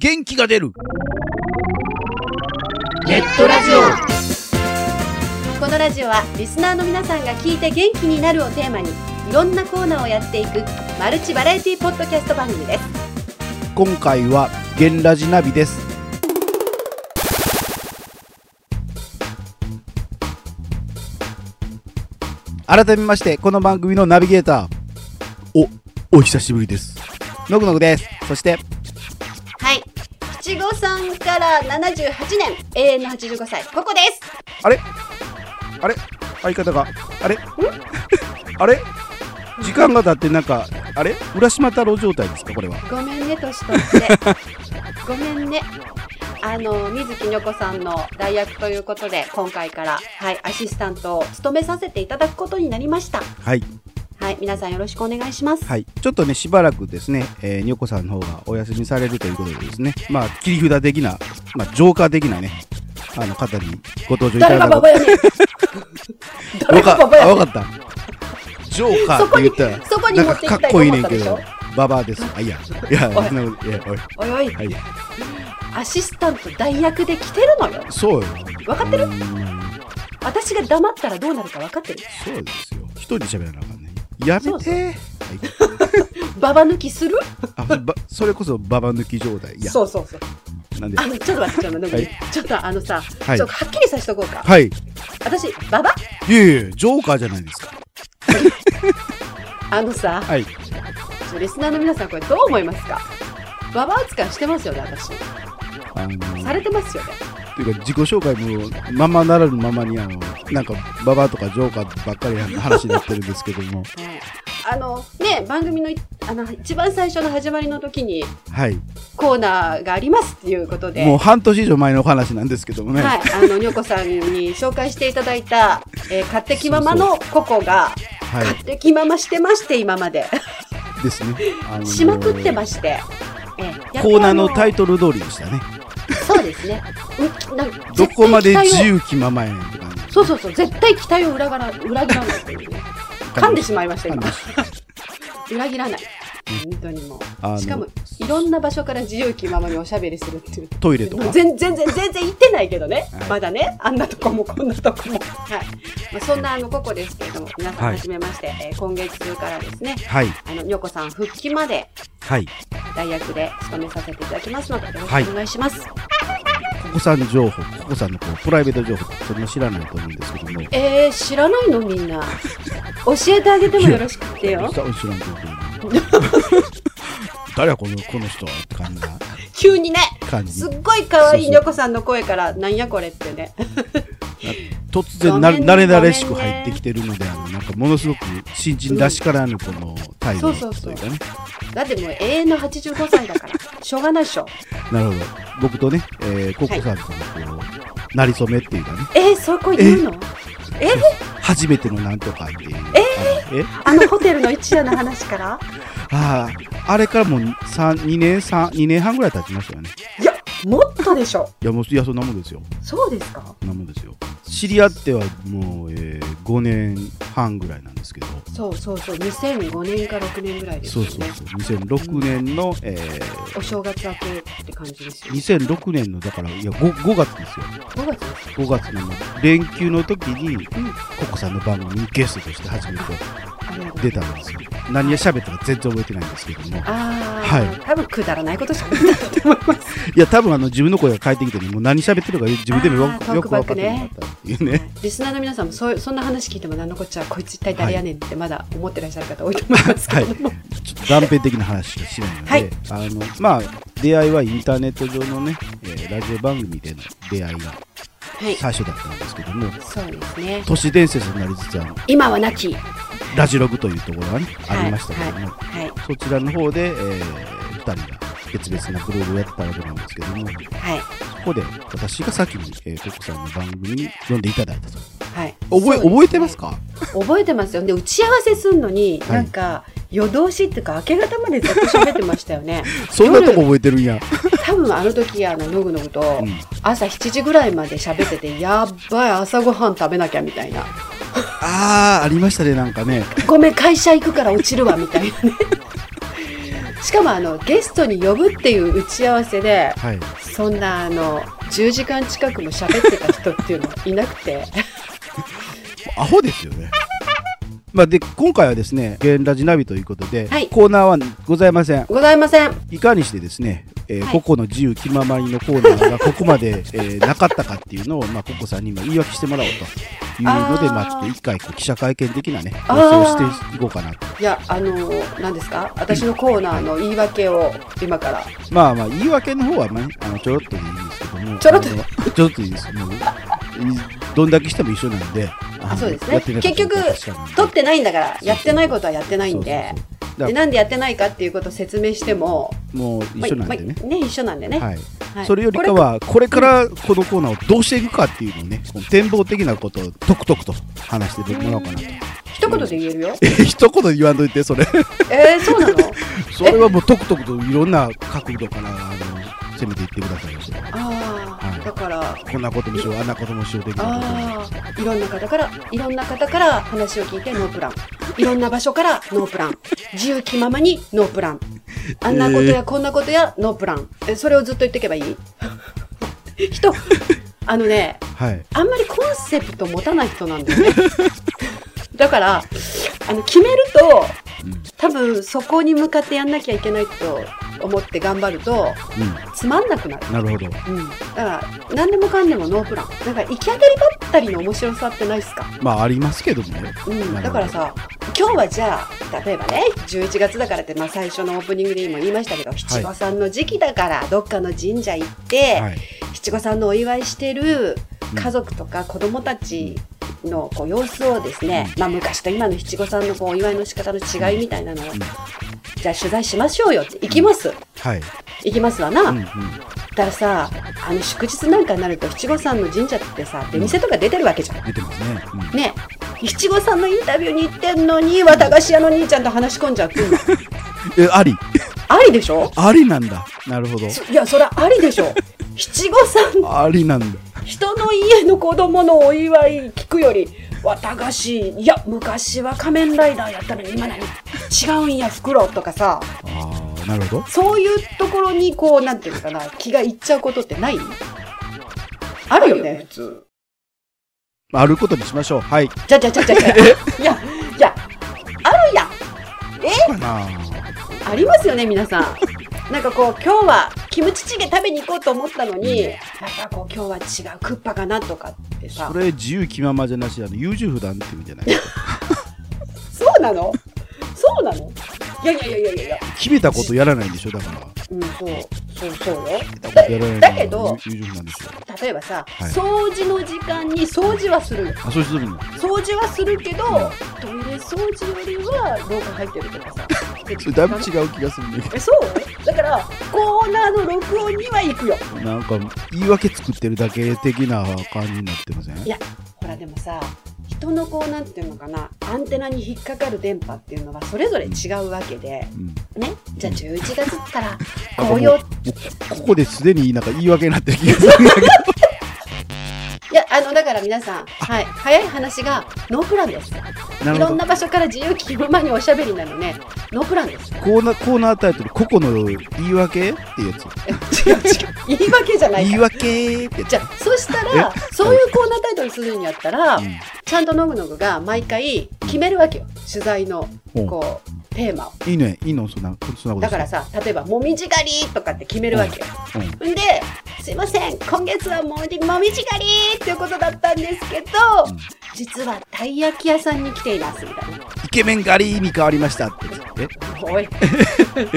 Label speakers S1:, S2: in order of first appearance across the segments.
S1: 元気が出る
S2: ネットラジオ
S3: このラジオはリスナーの皆さんが聞いて元気になるをテーマにいろんなコーナーをやっていくマルチバラエティポッドキャスト番組です
S1: 今回はゲンラジナビです改めましてこの番組のナビゲーターおお久しぶりですのぐのぐですそして
S3: はい七五三から78年永遠の85歳ここです
S1: あれあれ相方があれ あれ時間が経ってなんかあれ浦島太郎状態ですかこれは
S3: ごめんね年取って ごめんねあの水木にょこさんの代役ということで今回からはいアシスタントを務めさせていただくことになりました
S1: はい
S3: はい皆さんよろしくお願いします
S1: はい、ちょっとね、しばらくですね、えー、にょこさんの方がお休みされるということでですね、まあ、切り札的な、まあ、ジョーカー的なね、あの方にご登場いた
S3: 誰
S1: だ
S3: が
S1: いた
S3: バ
S1: と
S3: バや ねん誰がババやねん
S1: わかった。ジョーカーって言ったら、
S3: そこに
S1: なんかかっこいいねんけど
S3: そこに持っていきたいと思った、
S1: ババアです。あ、いや、いや、
S3: おい
S1: そんなこといや、おい、
S3: おいおい、
S1: はい、
S3: アシスタント代役で来てるのよ
S1: そうよ。
S3: わかってる
S1: うーん
S3: 私が黙ったらどうなるか分かってる
S1: そうですよ。一人で喋らなあかんね。やめ
S3: そうそ
S1: て。はい
S3: ババ抜きする
S1: あばそれこそババ抜き状態。いや、
S3: そうそうそう
S1: なんで
S3: あ。のちょっと待ってちょっと待って、ちょっとあのさ、
S1: い
S3: ちょっとはっきりさしとこうか、
S1: はい。い
S3: 私ババ
S1: やいやいやジョーカーじゃないですか。
S3: あのさ、
S1: はい。
S3: リスナーの皆さんこれどう思いますかババア扱いしてますよね私
S1: あの
S3: されてますよね
S1: っていうか自己紹介もままならぬままにあのなんかババアとかジョーカーばっかりの話になってるんですけど も
S3: ねあのね番組のいあの一番最初の始まりの時に
S1: はい
S3: コーナーがありますっていうことで
S1: もう半年以上前のお話なんですけどもね、
S3: はい、あの、にょこさんに紹介していただいた、えー、買ってきままのココが、
S1: はい
S3: 買ってきまましてまして、今まで。
S1: ですねあの
S3: しまくってまして。えー
S1: コーナーのタイ
S3: ト
S1: トル通りでしたね
S3: ル。そうですね。うなんか
S1: どこまで
S3: 絶対期
S1: 自
S3: 待を
S1: 由気ままやねんって感じ
S3: そうそうそう、絶対期待を裏から、裏切らないっていうね。噛んでしまいました、
S1: 感
S3: 今
S1: じ。
S3: 裏切らない。本当にも
S1: あの
S3: う。しかも、いろんな場所から自由気ままにおしゃべりするっていう。
S1: トイレとか
S3: 全全然全然行ってないけどね、
S1: はい
S3: まだねあんなとこもこんなとこも、はいまあ、そんなあのここですけれども皆さ
S1: は
S3: ん
S1: い
S3: はじめまして、えー今月からですね
S1: はい
S3: あのにょこさん復帰まで
S1: はい
S3: 大学で勤めさせていただきますのでよろしくお願いします、
S1: ココさん情報ココさんのこうプライベート情報そんな知らないと思うんですけども
S3: えー、知らないのみんな教えてあげてもよろしくってよ
S1: 知らん知らんけ ど誰やこのこの人はって感じな
S3: 急にね
S1: 感じ
S3: すっごい可愛
S1: そう
S3: い
S1: そう
S3: にょこさんの声からなんやこれってね
S1: 突然
S3: ご
S1: な
S3: めんね
S1: 慣れ慣れしく入ってきてるので、あのなんかものすごく新人らしからぬこの態度
S3: そうそう
S1: と
S3: そ
S1: いううかね。
S3: だってもう永遠の85歳だからしょうがないでしょ
S1: なるほど。僕とね、えー、ココさんとのこう、なりそめっていうかね、
S3: えー、そこ言うのえー
S1: 初めてのなんとかっていう。ええ
S3: あのホテルの一夜の話から
S1: ああ、あれからもう三2年、三二年半ぐらい経ちましたよね。
S3: いや、もっとでしょ。
S1: いや、もう、いや、そんなもんですよ。
S3: そうですか
S1: そんなもんですよ。知り合ってはもう、えー、5年半ぐらいなんですけど。
S3: そうそうそう、2005年か6年ぐらいです
S1: そ
S3: よ
S1: う
S3: ね。
S1: そうそう。2006年の、えー
S3: お正月明けって感じですよ。
S1: 2006年の、だから、いや、5, 5月ですよ。
S3: 5月です。
S1: 5月の連休の時に、
S3: うん。
S1: ココさんの番組にゲストとして初めて
S3: ありがとうござ
S1: 出
S3: います。
S1: たんですよ。何を喋ったか全然覚えてないんですけども。
S3: ああ、
S1: はい
S3: 多分くだらないことしかないと思います。
S1: いや、多分あの、自分の声が返ってきてね、もう何喋ってるか自分でもよ
S3: あ
S1: く
S3: ー
S1: よく分
S3: トーク
S1: か
S3: バッ
S1: っ
S3: ク
S1: て
S3: ね
S1: なかったっていうね。
S3: リスナーの皆さんもそうそんな話聞いても何のこっちゃこいつ一体誰やねんってまだ思ってらっしゃる方多いと思いますけ
S1: は
S3: ど
S1: い、
S3: も、
S1: ちょっと断片的な話しかしないので、
S3: はい
S1: あのまあ、出会いはインターネット上のね、えーラジオ番組での出会いが
S3: はい、
S1: 最初だったんですけども、
S3: そうですね
S1: 都市伝説になりつつある
S3: 今はなき、
S1: ラジログというところがね、
S3: はい
S1: ありましたけども、
S3: はい
S1: そちらの方で、え2人が別々なグループをやってたわけなんですけども、
S3: はい
S1: そこで私が先に、えー、ココさんの番組に読んでいただいたと。
S3: はい
S1: 覚え、
S3: そうですね
S1: 覚えてますか
S3: 覚えてますよで打ち合わせすんのに、
S1: はい
S3: なんか夜通しっていうか明け方までずっと喋ってましたよね
S1: そんなとこ覚えてるんや。
S3: 多分あの時あのノグノグと
S1: うん
S3: 朝7時ぐらいまで喋っててやっばい朝ごはん食べなきゃみたいな
S1: ああ、ありましたね、なんかね。
S3: ごめん会社行くから落ちるわみたいなねしかもあのゲストに呼ぶっていう打ち合わせで
S1: はい。
S3: そんなあの10時間近くも喋ってた人っていうのはいなく て
S1: アホですよね。まあ、で今回はですね「ゲンラジナビ」ということで、
S3: はい
S1: コーナーはございません
S3: ございません
S1: いかにしてですね、えー
S3: はい
S1: ココの自由気ままにのコーナーがここまで、えーなかったかっていうのを、まあ、ココさんに今言い訳してもらおうというので
S3: あー
S1: まあ、ちょっと一回こう記者会見的なね
S3: あ
S1: 放
S3: ー
S1: 送をしていこうかなと
S3: いやあの何ですか私のコーナーの言い訳を今から
S1: まあまあ言い訳の方は、ね、あのちょろっとでいいんですけども
S3: ちょろっと
S1: あのちょろっといいですもういどんだけしても一緒なんであ
S3: あ
S1: の
S3: そうです
S1: や
S3: ね
S1: ってなか
S3: 結
S1: ったこと
S3: 局
S1: は確かなんで
S3: 取ってないんだからやってないことはやってないんで
S1: そうそうそうだ
S3: で
S1: か
S3: なんでやってないかっていうことを説明しても
S1: らもう一緒なんでね、
S3: まあね一緒なんでね、
S1: はい
S3: はい
S1: それよりかはこれからこのコーナーをどうしていくかっていうのをねこの展望的なことをとくとくと話してもらおうかなと
S3: これ一言で言えるよ
S1: 一言言わんといて それ
S3: えー、そうなの
S1: それはもうとくとくといろんな角度からあの攻めていってくださいよそれは
S3: ああ、
S1: はい
S3: だから
S1: こんなこともしようあんなこともしようできないことも
S3: ああいろんな方からいろんな方から話を聞いてノープランいろんな場所からノープラン自由気ままにノープランあんなこと
S1: え
S3: やこんなことやノープランえそれをずっと言っていけばいい 人あのね
S1: はい
S3: あんまりコンセプト持たない人なんだよね だからあの決めると多分そこに向かってやんなきゃいけないと思って頑張ると
S1: う
S3: つまんなくなる
S1: んなるほど
S3: うん、だから何でもかんでもノープランなんか行き当たりばったりの面白さってないっすか、
S1: まあありますけどもね
S3: うん、だからさ今日はじゃあ例えばね11月だからって、まあ、最初のオープニングで今言いましたけど七五三の時期だからどっかの神社行って、
S1: はい
S3: 七五三のお祝いしてる
S1: うん
S3: 家族とか子供たちのこう様子をですね、まあ、昔と今の七五三のこうお祝いの仕方の違いみたいなのを、
S1: ん
S3: じゃあ取材しましょうよって行きます
S1: はい
S3: 行きますわな、
S1: うんうん
S3: だからさあの祝日なんかになると七五三の神社ってさ出店とか出てるわけじゃん
S1: 出てますねうん
S3: ね七五三のインタビューに行ってんのに綿菓子屋の兄ちゃんと話し込んじゃってんの
S1: えあり
S3: ありでしょ
S1: ありなんだなるほど
S3: そいやそりゃありでしょ七五三
S1: ありなんだ
S3: 人の家の子供のお祝い聞くより綿菓子いや昔は仮面ライダーやったのに今何違うんや袋とかさ
S1: ああなるほど
S3: そういうところにこうなんていうのかな気がいっちゃうことってないあるよね普通
S1: まああることにしましょうはい
S3: じゃじゃじゃじゃじゃ。 いや、いや、あるや
S1: か
S3: ん。
S1: な
S3: ありますよね、皆さん。なんかこう、今日はキムチチゲ食べに行こうと思ったのに、なんかこう、今日は違うクッパかなとかってさ
S1: こ。れ自由気ままじゃなしあの優柔不断っていうんじゃない
S3: そうなのそうなのいやいやいやいやいやいや。
S1: 決めたことやらないんでしょだから
S3: うん、そう、そう、そうよ。
S1: 決めたことやらない
S3: だだけど、
S1: 優柔不断ですよ
S3: 例えばさ、
S1: い
S3: 掃除の時間に掃除はするよ。
S1: あそうするの
S3: 掃除はするけど、トイレ掃除よりは廊下入ってるとかさ。
S1: それだいぶ違う気がするね
S3: えそうだからコーナーの録音には行くよ
S1: なんか言い訳作ってるだけ的な感じになってません
S3: いやほらでもさ人のこうなんていうのかなアンテナに引っかかる電波っていうのはそれぞれ違うわけで
S1: うん、
S3: ねじゃあ11月から
S1: なんかもう
S3: 紅葉
S1: もうここですでになんか言い訳になってる気がするんだけど
S3: いやあのだから皆さん、はい、早い話がノープランですいろん な場所から自由気ままにおしゃべりなのねノープランです
S1: コーナーコーナータイトル「ココの言い訳?」っていうやつ
S3: 違う違う言い訳じゃない
S1: 言い
S3: から
S1: 訳ってやつ
S3: じゃあそしたらそういうコーナータイトルするんやったら、
S1: うん
S3: ちゃんとノグノグが毎回決めるわけよ取材の
S1: うん
S3: こうテーマを
S1: いいねいいのそんなそんなこと
S3: だからさ例えば「もみじ狩り」とかって決めるわけよ
S1: してうん
S3: んで「すいません今月はもみもみじ狩り」っていうことだったんですけど、
S1: ん
S3: 実はたい焼き屋さんに来ていますみたいな
S1: イケメン狩りに変わりましたってえ
S3: おい違う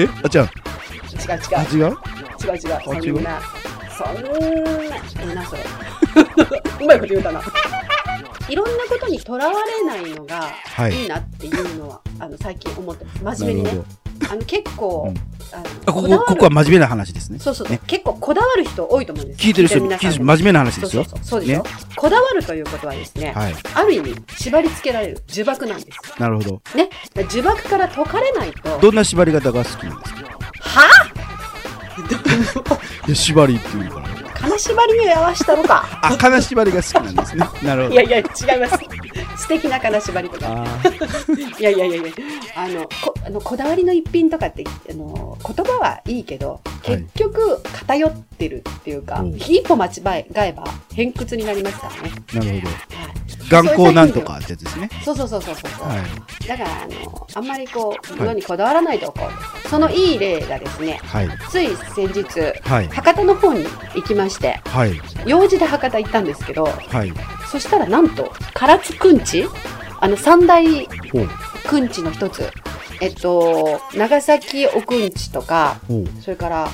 S3: 違
S1: えあ違うあ
S3: う
S1: 違う
S3: 違う違うそ
S1: 違うん
S3: なそんなえな それうまいこと言うたないろんなことにとらわれないのが
S1: はい
S3: いいなっていうのは、あの最近思ってます
S1: な
S3: 真
S1: る
S3: 面目
S1: ほ
S3: にね
S1: ど
S3: あの結構、あの
S1: あここ
S3: こだわる
S1: ここは真面目な話ですね。
S3: そうそうそう、
S1: ね
S3: 結構こだわる人多いと思うんです
S1: 聞いてる人、聞
S3: 皆
S1: い
S3: さ
S1: て
S3: ん
S1: る人、
S3: で
S1: 真面目な話
S3: そ
S1: で
S3: う
S1: す
S3: そう
S1: よ
S3: そう。そうですよ、
S1: ね
S3: こだわるということはですね、
S1: はい。
S3: ある意味縛り付けられる呪縛なんです
S1: なるほど。
S3: ね呪縛から解かれないと
S1: どんな縛り方が好きなんですか
S3: は
S1: や縛りっていうのかな。
S3: あ金縛りに合わしたのか
S1: あ、金縛りが好きなんですね。なるほ
S3: い
S1: ど
S3: や。いや違います素敵な金縛りとか。
S1: あ
S3: いやいやいやいや、あの、こあのこだわりの一品とかって、あの、言葉はいいけど、
S1: はい
S3: 結局偏ってるっていうか、
S1: うん
S3: 一歩間違えば偏屈になりますからね。
S1: ーなるほど。
S3: はい
S1: 眼光なんとかってやつですね。
S3: そうそうそうそうそう。
S1: はい。
S3: だから、あの、あんまりこう、
S1: はい
S3: 物にこだわらないとこう、そのいい例がですね、
S1: はい。
S3: つい先日、
S1: はい。
S3: 博多の方に行きまして、
S1: はい。
S3: 用事で博多行ったんですけど、
S1: はい。
S3: そしたらなんと、唐津くんちあの、三大
S1: ほう。
S3: くんちの一つ。えっと、長崎おくんちとか、
S1: ほう。
S3: それから、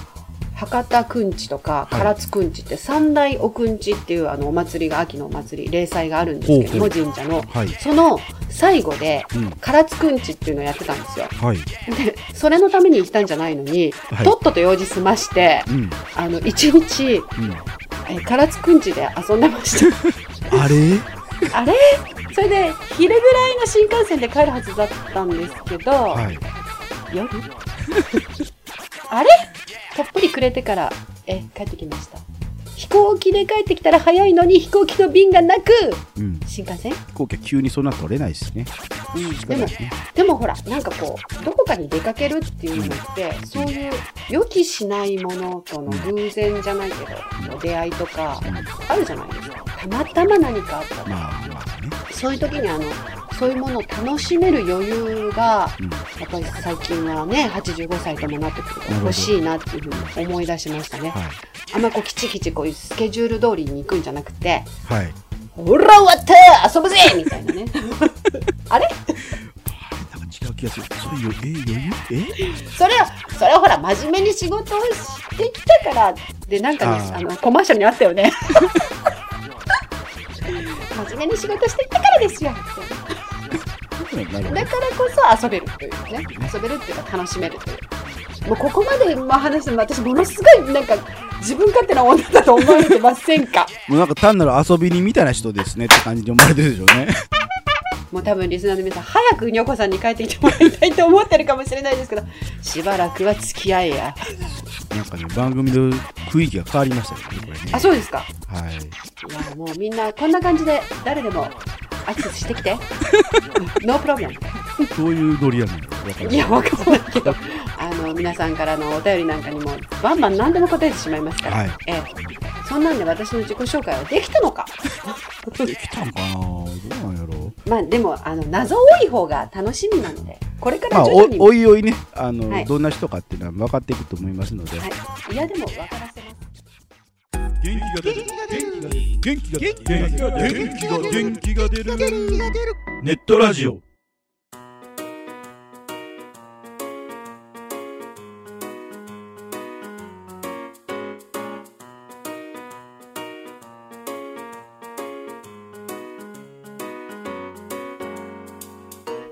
S3: 博多くんちとか、
S1: はい
S3: 唐津くんちって三大おくんちっていうあのお祭りが、秋のお祭り、例祭があるんです
S1: ほ
S3: けども、
S1: う
S3: 神社の。
S1: はい。
S3: その最後で、
S1: うん。
S3: 唐津くんちっていうのをやってたんですよ。
S1: はい。
S3: で、それのために行ったんじゃないのに、
S1: はい
S3: とっとと用事済まして、
S1: うん。
S3: あの、一日、
S1: うん。
S3: えー唐津くんちで遊んでました。
S1: あれ
S3: あれそれで、昼ぐらいの新幹線で帰るはずだったんですけど、
S1: はい。
S3: 夜 あれたっぷりくれてからえ帰ってきました飛行機で帰ってきたら早いのに飛行機の便がなく
S1: うん。
S3: 新幹線、
S1: 飛行機は急にそんな取れないですね。仕方
S3: で
S1: な
S3: も
S1: いですね。
S3: でもほらなんかこうどこかに出かけるっていうのって、そういう予期しないものとの偶然じゃないけど、
S1: うん
S3: 出会いとか
S1: うん。
S3: あるじゃないですかたまたま何かあったとか
S1: まあ、まあね。
S3: そういう時にあのそういうものを楽しめる余裕が
S1: うん。
S3: やっぱり最近はね、85歳ともなってくると
S1: なるほど
S3: 欲しいなっていうふうに思い出しましたね。
S1: はい。
S3: あんまこうきちきちこういうスケジュール通りに行くんじゃなくて、
S1: はい。
S3: ほら終わった遊ぶぜみたい なね。あれ
S1: なんか違う気がする。そういう、え、余裕え
S3: それは、それはほら真面目に仕事をしてきたからで、なんかね、
S1: あー
S3: あの、コマーシャルにあったよね。真面目に仕事してきたからですよ。
S1: なるほど
S3: だ。からこそ遊べるというね遊べるっていうか楽しめるというもうここまでまあ話しても私ものすごいなんか自分勝手な女だと思われてませんか
S1: もうなんか単なる遊び人みたいな人ですねって感じに思われてるでしょうね。
S3: もう多分リスナーの皆さん早くにょこさんに帰ってきてもらいたいと思ってるかもしれないですけどしばらくは付き合えや
S1: なんかね、番組の雰囲気が変わりましたよね、これね。
S3: あそうですか
S1: はい。
S3: いやもうみんなこんな感じで誰でもアクセスしてきて ノープロブレム
S1: どういうノリやねん。わかんない
S3: いやわかんないけどあの皆さんからのお便りなんかにもバンバン何でも答えてしまいますから、
S1: はい
S3: ええ、そんなんで私の自己紹介はできたのか
S1: できたんかなどうなんやろ
S3: まあでもあの謎多い方が楽しみなのでこれか
S1: ま
S3: ら
S1: あ、
S3: 徐
S1: お
S3: 々に、
S1: おいおいね、あの、
S3: はい
S1: どんな人かっていうのは分かっていくと思いますので。
S3: はい、いやでも分からせます
S2: 元気が出る元気が出る元気が出る元気が出る元気が出るネットラジオ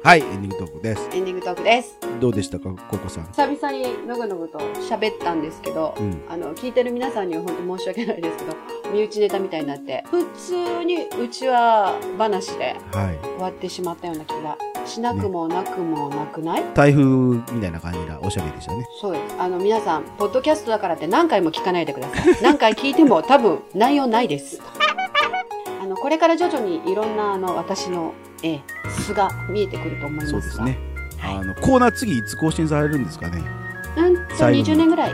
S1: はい、エンディングトークです。
S3: エンディングトークです
S1: どうでしたか、ココさん。
S3: 久々にのぐのぐと喋ったんですけど、
S1: うん
S3: あの聞いてる皆さんには本当申し訳ないですけど身内ネタみたいになって普通にうちは話で
S1: はい。
S3: 終わってしまったような気がしなくもなくもなくない、
S1: 台風みたいな感じなおしゃべりでしたね。
S3: そうです。あの、皆さん、ポッドキャストだからって何回も聞かないでください。 何回聞いても多分内容ないです。あの、これから徐々にいろんな、あの、私の、ええ、素が見えてくると思います
S1: そ
S3: が。
S1: うですね。あの、コーナー次いつ更新されるんですかね。
S3: うんと、
S1: 最後に
S3: 20年ぐらい。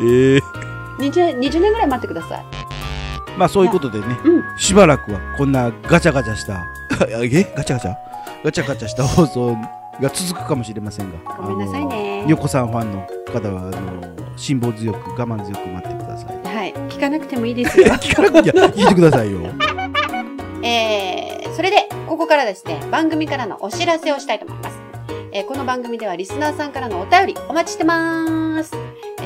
S1: ええ
S3: 20, 20年ぐらい待ってください。
S1: まあ、そういうことでね、
S3: うん。
S1: しばらくはこんなガチャガチャした えガチャガチャガチャガチャした放送が続くかもしれませんが
S3: ごめんなさいね
S1: あの横さんファンの方はあの辛抱強く我慢強く待ってください
S3: はい。聞かなくてもいいですよ。
S1: 聞かなくいや聞いてくださいよ
S3: えーそれで、ここからですね、番組からのお知らせをしたいと思います。えーこの番組ではリスナーさんからのお便りお待ちしてます。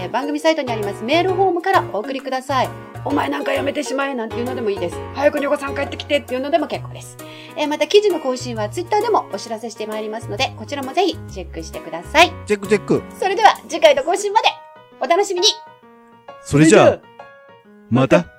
S3: えー番組サイトにありますメールフォームからお送りください。お前なんかやめてしまえなんていうのでもいいです。早くにお子さん帰ってきてっていうのでも結構です。えーまた記事の更新は Twitter でもお知らせしてまいりますので、こちらもぜひチェックしてください。
S1: チェックチェック
S3: それでは次回の更新までお楽しみに
S1: それじゃあ
S2: また